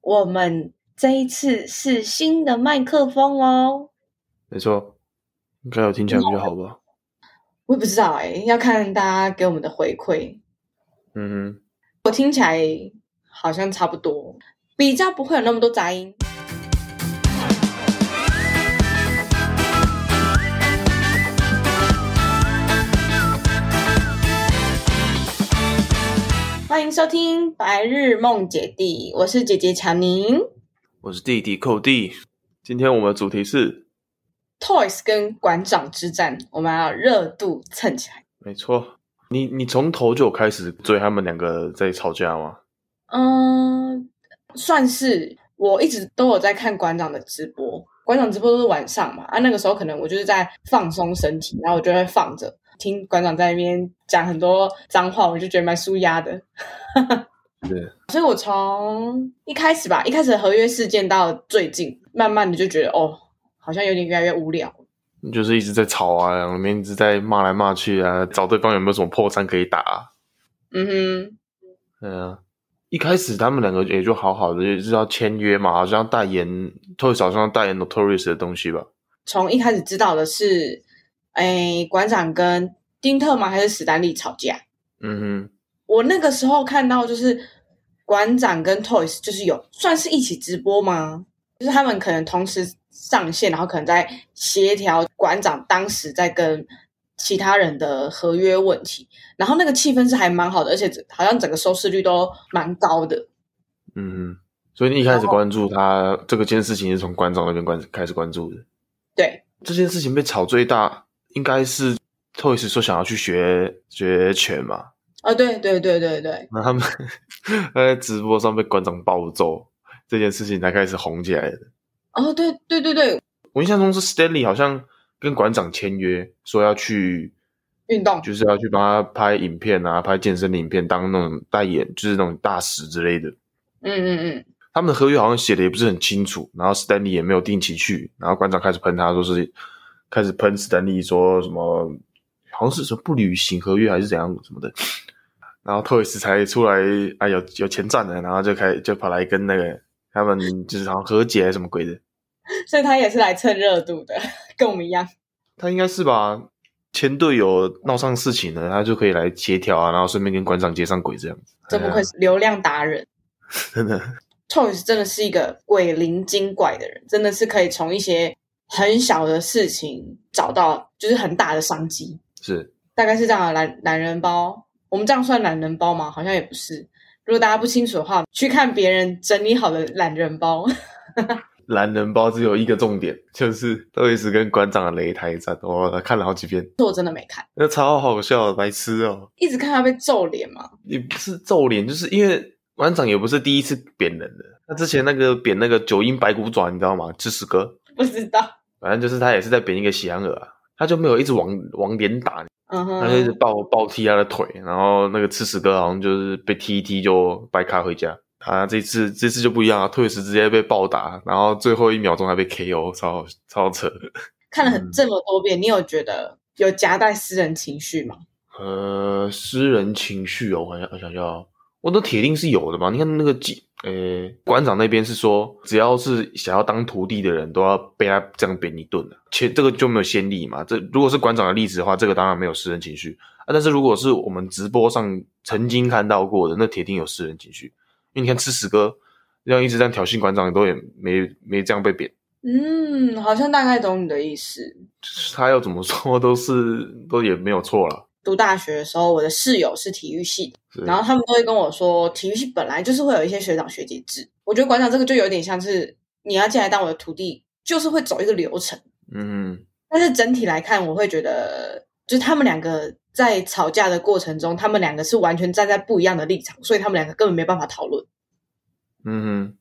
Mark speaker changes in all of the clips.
Speaker 1: 我们这一次是新的麦克风哦。
Speaker 2: 没错，应该有听起来比较好吧？
Speaker 1: 我也不知道哎、要看大家给我们的回馈。
Speaker 2: 嗯
Speaker 1: 我听起来好像差不多，比较不会有那么多杂音。欢迎收听《白日梦姐弟》，我是姐姐乔宁。
Speaker 2: 哼，我是弟弟寇弟。今天我们的主题是，
Speaker 1: Toys 跟馆长之战，我们要热度蹭起来。
Speaker 2: 没错，你你从头就有开始追他们两个在吵架吗？
Speaker 1: 嗯，算是我一直都有在看馆长的直播，馆长直播都是晚上嘛，啊，那个时候可能我就是在放松身体，然后我就会放着听馆长在那边讲很多脏话，我就觉得蛮舒压的。
Speaker 2: 是，
Speaker 1: 所以我从一开始吧，一开始的合约事件到最近，慢慢的就觉得哦，好像有点越来越无聊。
Speaker 2: 就是一直在吵啊，两边一直在骂来骂去啊，找对方有没有什么破绽可以打、啊。
Speaker 1: 嗯哼，
Speaker 2: 嗯、啊，一开始他们两个也就好好的，就是要签约嘛，好像要代言 Toys 好像要代言 Notorious 的东西吧。
Speaker 1: 从一开始知道的是，哎，馆长跟丁特吗还是史丹利吵架？
Speaker 2: 嗯
Speaker 1: 我那个时候看到就是馆长跟 Toys 就是有算是一起直播吗？就是他们可能同时上线，然后可能在协调馆长当时在跟其他人的合约问题，然后那个气氛是还蛮好的，而且好像整个收视率都蛮高的。
Speaker 2: 哼，嗯哼。所以你一开始关注他这个件事情是从馆长那边关开始关注的。
Speaker 1: 对，
Speaker 2: 这件事情被炒最大，应该是 Toys 说想要去学学拳嘛。
Speaker 1: 啊、对对对对对，
Speaker 2: 那他们 他在直播上被馆长暴揍，这件事情才开始红起来的。
Speaker 1: 哦，对对对对，
Speaker 2: 我印象中是 Stanley 好像跟馆长签约，说要去，
Speaker 1: 运动，
Speaker 2: 就是要去帮他拍影片啊，拍健身的影片，当那种代言，就是那种大使之类的。
Speaker 1: 嗯嗯嗯，
Speaker 2: 他们的合约好像写的也不是很清楚，然后史丹利也没有定期去，然后馆长开始喷他，说是开始喷史丹利说什么，好像是说不履行合约还是怎样什么的，然后托里斯才出来啊有有钱赚了，然后就开就跑来跟那个他们就是好像和解还是什么鬼的，
Speaker 1: 所以他也是来蹭热度的， 跟我们一样。
Speaker 2: 他应该是吧前队友闹上事情了，他就可以来协调啊，然后顺便跟馆长接上轨这样 子，
Speaker 1: 这不愧是流量达人。
Speaker 2: 真的
Speaker 1: Toys 真的是一个鬼灵精怪的人，真的是可以从一些很小的事情找到就是很大的商机，
Speaker 2: 是
Speaker 1: 大概是这样的懒懒人包。我们这样算懒人包吗？好像也不是。如果大家不清楚的话，去看别人整理好的懒人包。
Speaker 2: 懒人包只有一个重点，就是托里斯跟馆长的擂台战，我看了好几遍。
Speaker 1: 这我真的没看，
Speaker 2: 那超好笑的，白痴哦、
Speaker 1: 一直看他被揍脸嘛。
Speaker 2: 也不是皱脸，就是因为馆长也不是第一次扁人的。他之前那个扁那个九阴白骨爪，你知道吗？吃屎哥，
Speaker 1: 不知道。
Speaker 2: 反正就是他也是在扁一个喜羊儿啊，他就没有一直往往脸打，
Speaker 1: 嗯
Speaker 2: 他就一直
Speaker 1: 哼，
Speaker 2: 暴暴踢他的腿，然后那个吃屎哥好像就是被踢一踢就白卡回家。他这次这次就不一样啊，退时直接被暴打，然后最后一秒钟还被 KO，超好超扯。
Speaker 1: 看了很
Speaker 2: 嗯
Speaker 1: 这么多遍，你有觉得有夹带私人情绪吗？
Speaker 2: 呃，私人情绪哦，我想我想想哦，我的铁定是有的吧？你看那个记，呃，馆长那边是说，只要是想要当徒弟的人都要被他这样扁一顿的，且这个就没有先例嘛。这如果是馆长的例子的话，这个当然没有私人情绪啊。但是如果是我们直播上曾经看到过的，那铁定有私人情绪，因为你看吃屎哥这样一直这样挑衅馆长，都也没没这样被扁。
Speaker 1: 嗯，好像大概懂你的意思。
Speaker 2: 就是他要怎么说都是都也没有错啦。
Speaker 1: 读大学的时候，我的室友是体育系的，
Speaker 2: 是
Speaker 1: 然后他们都会跟我说，体育系本来就是会有一些学长学姐制。我觉得馆长这个就有点像是你要进来当我的徒弟，就是会走一个流程。
Speaker 2: 嗯，
Speaker 1: 但是整体来看，我会觉得，就是他们两个在吵架的过程中，他们两个是完全站在不一样的立场，所以他们两个根本没办法讨论。
Speaker 2: 嗯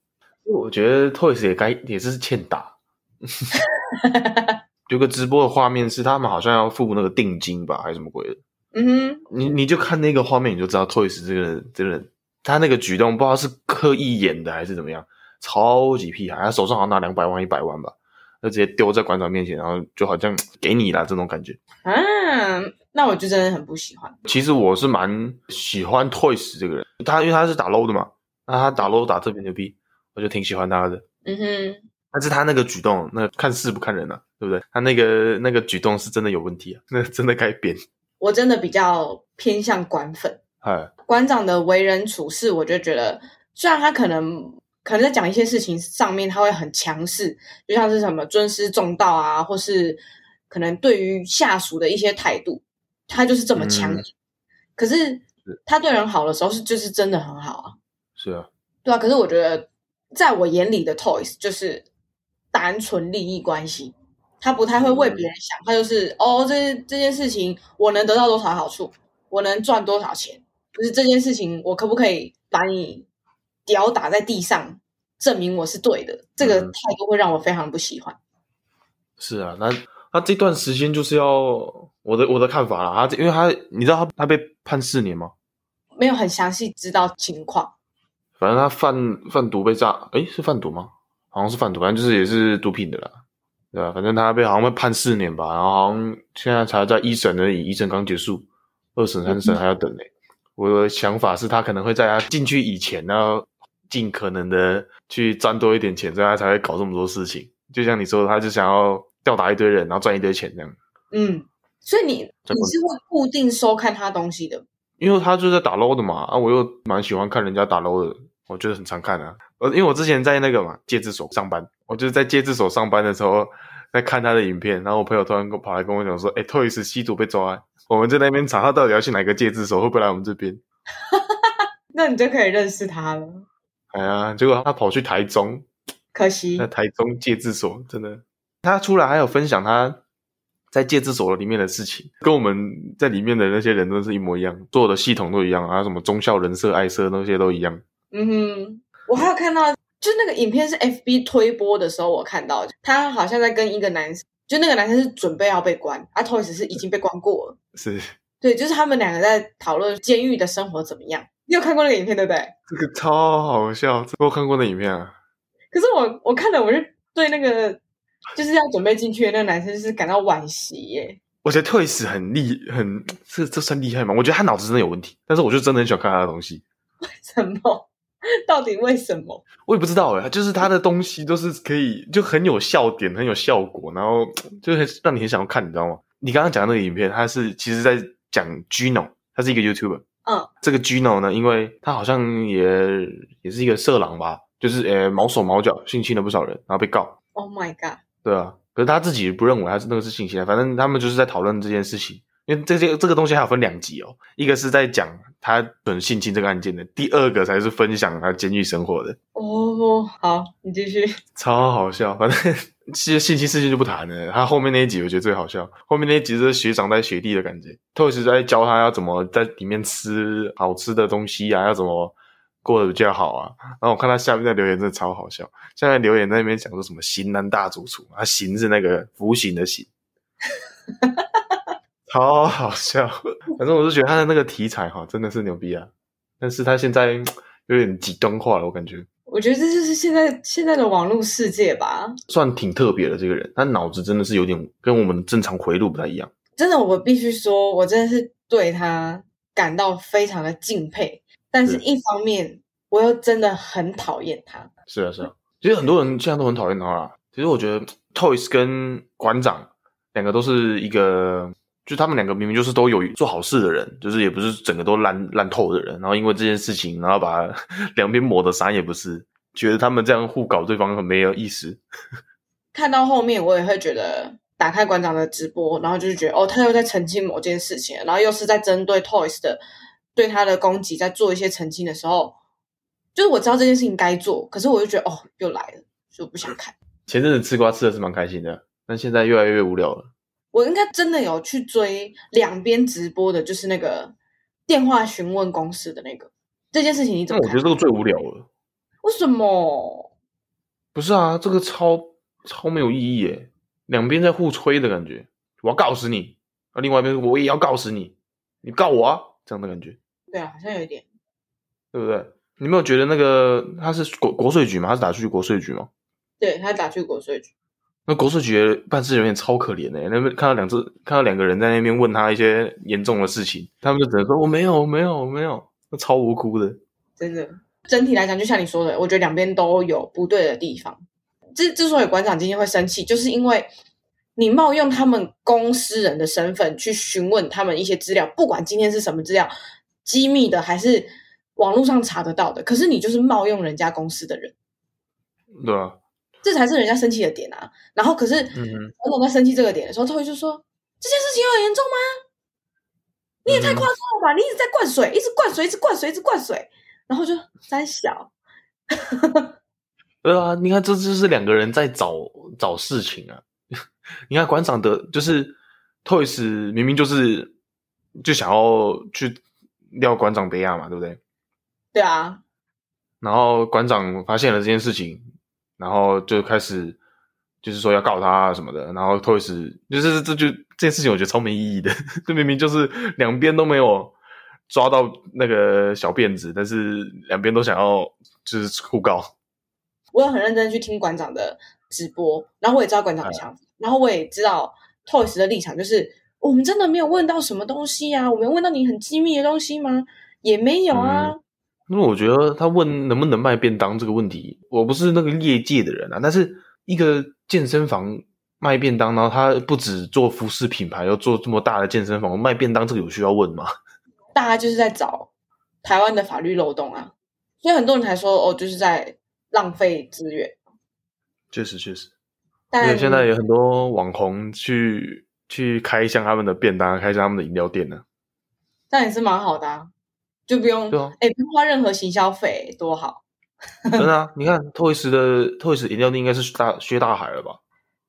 Speaker 2: 哼，我觉得 Toys 也该也是欠打。有个直播的画面是他们好像要付那个定金吧，还是什么鬼的？
Speaker 1: 嗯
Speaker 2: 你你就看那个画面，你就知道 Toys 这个人，这个人他那个举动不知道是刻意演的还是怎么样，超级屁孩，他手上好像拿两百万、一百万吧，就直接丢在馆长面前，然后就好像给你啦这种感觉。
Speaker 1: 哼，啊，那我就真的很不喜欢。
Speaker 2: 其实我是蛮喜欢 Toys 这个人，他因为他是打 low 的嘛，那他打 low 打特别牛逼。我就挺喜欢他的。
Speaker 1: 嗯哼，
Speaker 2: 但是他那个举动，那看事不看人啊，对不对？他那个那个举动是真的有问题啊， 那真的该扁。
Speaker 1: 我真的比较偏向管粉。
Speaker 2: 哎，
Speaker 1: 馆长的为人处事，我就觉得，虽然他可能可能在讲一些事情上面，他会很强势，就像是什么尊师重道啊，或是可能对于下属的一些态度，他就是这么强硬。可是他对人好的时候，是就是真的很好啊，
Speaker 2: 是啊，
Speaker 1: 对啊。可是我觉得，在我眼里的 Toys 就是单纯利益关系。他不太会为别人想，他就是哦，这这件事情我能得到多少好处，我能赚多少钱，就是这件事情，我可不可以把你屌打在地上，证明我是对的？这个
Speaker 2: 嗯
Speaker 1: 态度会让我非常不喜欢。
Speaker 2: 是啊。那他这段时间就是要我的我的看法啦。他这因为他你知道他他被判四年吗？
Speaker 1: 没有很详细知道情况，
Speaker 2: 反正他贩贩毒被炸，诶，是贩毒吗？好像是贩毒，反正就是也是毒品的啦，对吧、反正他被好像被判四年吧，然后好像现在才在一审而已，一审刚结束，二审、三审还要等呢、我的想法是他可能会在他进去以前呢，要尽可能的去赚多一点钱，所以他才会搞这么多事情。就像你说的，他就想要吊打一堆人，然后赚一堆钱这样。
Speaker 1: 嗯，所以你
Speaker 2: 这
Speaker 1: 你
Speaker 2: 不
Speaker 1: 是会固定收看他东西的，
Speaker 2: 因为他就是在打 low 的嘛，啊，我又蛮喜欢看人家打 low 的，我觉得很常看啊。呃，因为我之前在那个嘛戒指所上班，我就是在戒指所上班的时候在看他的影片，然后我朋友突然跟跑来跟我讲说，哎、t o y s 吸毒被抓，啊我们在那边查他到底要去哪个戒指所，会不会来我们这边？
Speaker 1: 那你就可以认识他了。
Speaker 2: 哎呀，结果他跑去台中，
Speaker 1: 可惜
Speaker 2: 那，台中戒指所真的，他出来还有分享他在戒指所里面的事情，跟我们在里面的那些人都是一模一样，做的系统都一样啊，什么忠孝仁社爱社那些都一样。
Speaker 1: 嗯哼，我还有看到，就那个影片是 FB 推播的时候，我看到他好像在跟一个男生，就那个男生是准备要被关，啊，Toys 是已经被关过了。
Speaker 2: 是
Speaker 1: 对，就是他们两个在讨论监狱的生活怎么样。你有看过那个影片对不对？
Speaker 2: 这个超好笑，这我看过那影片啊，
Speaker 1: 可是我我看了，我就对那个就是要准备进去的那个男生就是感到惋惜耶。
Speaker 2: 我觉得 Twice 很厉，很这这算厉害吗？我觉得他脑子真的有问题，但是我就真的很喜欢看他的东西。
Speaker 1: 什么？ 到底为什么？
Speaker 2: 我也不知道哎，就是他的东西都是可以就很有笑点，很有效果，然后就很让你很想要看，你知道吗？你刚刚讲的那个影片，他是其实在讲 Gino，他是一个 YouTuber。
Speaker 1: 嗯，
Speaker 2: 这个 Gino 呢，因为他好像也也是一个色狼吧，就是呃毛手毛脚，性侵了不少人，然后被告。
Speaker 1: ？Oh my god！
Speaker 2: 对啊，可是他自己不认为他是那个是信息啊，反正他们就是在讨论这件事情。因为这些这个东西还有分两集哦，一个是在讲他准性侵这个案件的，第二个才是分享他监狱生活的，
Speaker 1: 哦，好，你继续。超
Speaker 2: 超好笑。反正其实性侵事件就不谈了，他后面那一集我觉得最好笑，后面那一集就是学长带学弟的感觉，特别是在教他要怎么在里面吃好吃的东西啊，要怎么过得比较好啊。然后我看他下面的留言真的超好笑，下面留言在那边讲说什么“型男大主厨”，啊，“型”是那个服刑的“刑”，超好笑。反正我是觉得他的那个题材哈，真的是牛逼啊，但是他现在有点极端化了，我感觉。
Speaker 1: 我觉得这就是现在现在的网络世界吧。
Speaker 2: 算挺特别的这个人，他脑子真的是有点跟我们正常回路不太一样。
Speaker 1: 真的，我必须说，我真的是对他感到非常的敬佩，但是
Speaker 2: 是
Speaker 1: 一方面我又真的很讨厌他。
Speaker 2: 是啊，是啊，其实很多人现在都很讨厌他啦。其实我觉得 Toys 跟馆长两个都是一个，就他们两个明明就是都有做好事的人，就是也不是整个都烂烂透的人，然后因为这件事情，然后把两边抹的啥也不是，觉得他们这样互搞对方很没有意思。
Speaker 1: 看到后面，我也会觉得打开馆长的直播，然后就是觉得哦，他又在澄清某件事情，然后又是在针对 Toys 的对他的攻击，在做一些澄清的时候，就是我知道这件事情该做，可是我就觉得哦，又来了，就不想看。
Speaker 2: 前阵子吃瓜吃的是蛮开心的，但现在越来越无聊了。
Speaker 1: 我应该真的有去追两边直播的，就是那个电话询问公司的那个这件事情，你怎
Speaker 2: 但
Speaker 1: 么
Speaker 2: 我
Speaker 1: 看？
Speaker 2: 觉得这个最无聊了。
Speaker 1: 为什么？
Speaker 2: 不是啊，这个超超没有意义耶，两边在互吹的感觉。我要告死你，啊，另外一边我也要告死你，你告我啊，这样的感觉，
Speaker 1: 对啊，好像有一点。
Speaker 2: 对不对？你没有觉得那个他是国国税局吗？他是打去国税局吗？
Speaker 1: 对他打去国税局，
Speaker 2: 那国税局的办事人员超可怜的，那边看到两只看到两个人在那边问他一些严重的事情，他们就只能说我没有，我没有，我没有，那超无辜的。
Speaker 1: 真的整体来讲，就像你说的，我觉得两边都有不对的地方。之之所以馆长今天会生气，就是因为你冒用他们公司人的身份去询问他们一些资料，不管今天是什么资料，机密的还是网络上查得到的，可是你就是冒用人家公司的人。
Speaker 2: 对吧？
Speaker 1: 这才是人家生气的点啊。然后可是
Speaker 2: 嗯哼
Speaker 1: 总总在生气这个点的时候，他会就说这件事情有很严重吗？你也太
Speaker 2: 嗯哼
Speaker 1: 夸张了吧！你一直在灌水，一直灌水，一直灌水，一直灌水，然后就三小，
Speaker 2: 对啊，你看这就是两个人在找找事情啊。 你看馆长的，就是 Toys 明明就是就想要去撩馆长贝亚嘛，对不对？
Speaker 1: 对啊，
Speaker 2: 然后馆长发现了这件事情，然后就开始就是说要告他啊什么的，然后 Toys 就是这就这件事情我觉得超没意义的， 这明明就是两边都没有抓到那个小辫子，但是两边都想要就是互告，
Speaker 1: 我有很认真去听馆长的直播，然后我也知道
Speaker 2: 嗯
Speaker 1: 馆长的想法，然后我也知道 Toys 的立场，就是我们真的没有问到什么东西啊，我们有问到你很机密的东西吗？也没有啊。
Speaker 2: 嗯那我觉得他问能不能卖便当这个问题，我不是那个业界的人啊，但是一个健身房卖便当，然后他不止做服饰品牌，要做这么大的健身房卖便当，这个有需要问吗？
Speaker 1: 大家就是在找台湾的法律漏洞啊，所以很多人才说哦，就是在浪费资源。
Speaker 2: 确实，确实。因
Speaker 1: 但
Speaker 2: 为现在有很多网红去去开箱他们的便当，开箱他们的饮料店呢、
Speaker 1: 但也是蛮好的啊，就不用
Speaker 2: 对啊
Speaker 1: 哎、不用花任何行销费，多好
Speaker 2: 真的啊，你看托伊斯的托伊斯饮料店应该是大薛大海了吧？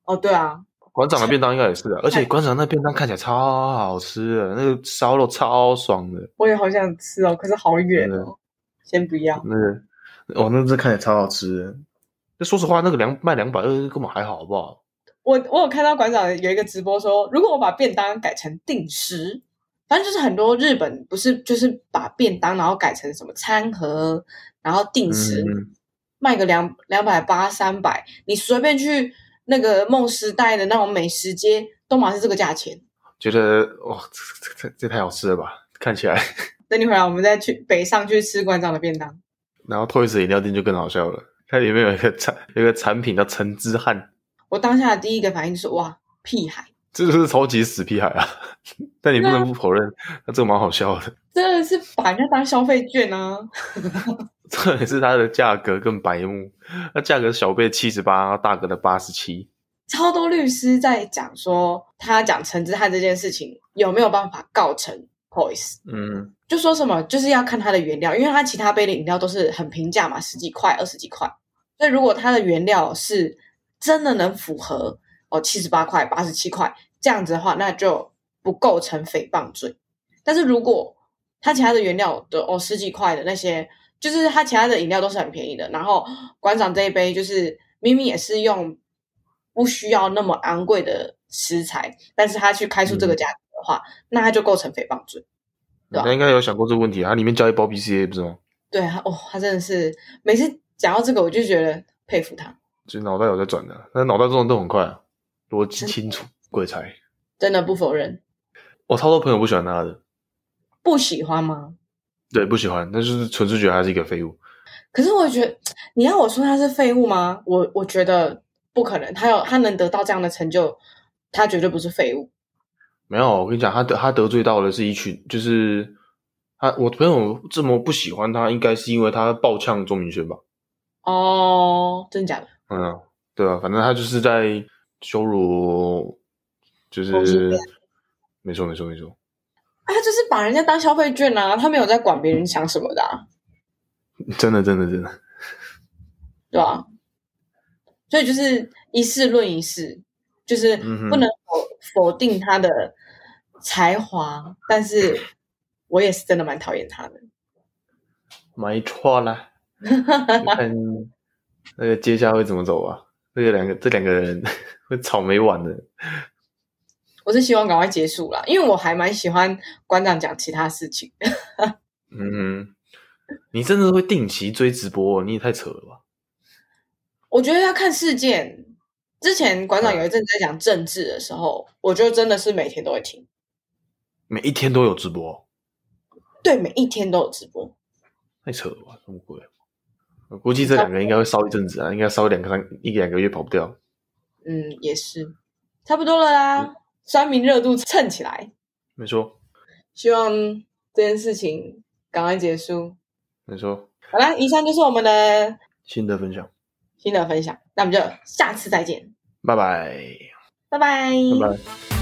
Speaker 1: 哦。对啊，
Speaker 2: 馆长的便当应该也是啊，而且馆长那便当看起来超好吃的，那个烧肉超爽的，
Speaker 1: 我也好想吃哦，可是好远
Speaker 2: 真
Speaker 1: 哦，先不要。
Speaker 2: 那个哦哇，那这看起来超好吃的。那说实话，那个两卖两百二根本还好，好不好？
Speaker 1: 我我有看到馆长有一个直播说，如果我把便当改成定时，反正就是很多日本不是就是把便当然后改成什么餐盒，然后定时、
Speaker 2: 嗯
Speaker 1: 卖个两两百八三百，你随便去那个梦时代的那种美食街，都马是这个价钱。
Speaker 2: 觉得哇，这这这这太好吃了吧？看起来，
Speaker 1: 等你回来，啊我们再去北上去吃馆长的便当。
Speaker 2: 然后托伊斯饮料店就更好笑了，它里面有一个产有一个产品叫橙汁汉。
Speaker 1: 我当下的第一个反应就是哇，屁孩，
Speaker 2: 这就是超级死屁孩啊！但你不能不否认，那这个蛮好笑的。
Speaker 1: 真的是把人家当消费券啊！
Speaker 2: 特别是它的价格更白目，那价格小贝七十八，大格的八十七。
Speaker 1: 超多律师在讲说，他讲陈之汉这件事情有没有办法告成 Poise，
Speaker 2: 嗯，
Speaker 1: 就说什么就是要看他的原料，因为他其他杯的饮料都是很平价嘛，十几块、二十几块。所以如果他的原料是真的能符合哦七十八块、八十七块这样子的话，那就不构成诽谤罪。但是如果他其他的原料的哦十几块的那些，就是他其他的饮料都是很便宜的，然后馆长这一杯就是明明也是用不需要那么昂贵的食材，但是他去开出这个价格的话，那他就构成诽谤罪。对啊
Speaker 2: 那应该有想过这个问题啊？它里面加一包 BCA 不是吗？
Speaker 1: 对啊，哦，他真的是每次讲到这个，我就觉得佩服他，
Speaker 2: 就脑袋有在转的，但脑袋转的都很快啊，逻辑清楚，鬼才。
Speaker 1: 真的不否认，
Speaker 2: 我超多朋友不喜欢他的，
Speaker 1: 不喜欢吗？
Speaker 2: 对，不喜欢，但就是纯粹觉得他是一个废物。
Speaker 1: 可是我觉得你要我说他是废物吗？我我觉得不可能，他有他能得到这样的成就，他绝对不是废物。
Speaker 2: 没有，我跟你讲，他得他得罪到的是一群，就是他我朋友这么不喜欢他，应该是因为他爆呛钟明轩吧。
Speaker 1: 哦，真的假的？
Speaker 2: 嗯，对啊，反正他就是在羞辱，就
Speaker 1: 同性
Speaker 2: 是
Speaker 1: 恋
Speaker 2: 没错没错没错，
Speaker 1: 啊，他就是把人家当消费券啊，他没有在管别人想什么的、啊，
Speaker 2: 真的真的真的，
Speaker 1: 对吧、所以就是一事论一事，就是
Speaker 2: 嗯哼
Speaker 1: 不能否、否定他的才华，但是我也是真的蛮讨厌他的。
Speaker 2: 没错啦。就看那个接下来会怎么走啊？这个两个这两个人会吵没完的。
Speaker 1: 我是希望赶快结束啦，因为我还蛮喜欢馆长讲其他事情。
Speaker 2: 嗯，你真的会定期追直播哦、你也太扯了吧？
Speaker 1: 我觉得要看事件。之前馆
Speaker 2: 嗯
Speaker 1: 长有一阵子在讲政治的时候，我就真的是每天都会听，
Speaker 2: 每一天都有直播，
Speaker 1: 对，每一天都有直播。
Speaker 2: 太扯了吧？这么贵？我估计这两个应该会烧一阵子啊，应该烧两个三一两个月跑不掉。
Speaker 1: 嗯，也是，差不多了啦。
Speaker 2: 嗯
Speaker 1: 酸民热度蹭起来，
Speaker 2: 没错，
Speaker 1: 希望这件事情赶快结束。
Speaker 2: 没错，
Speaker 1: 好啦，以上就是我们的
Speaker 2: 新的分享，
Speaker 1: 新的分享，那我们就下次再见，
Speaker 2: 拜拜，
Speaker 1: 拜拜，
Speaker 2: 拜拜。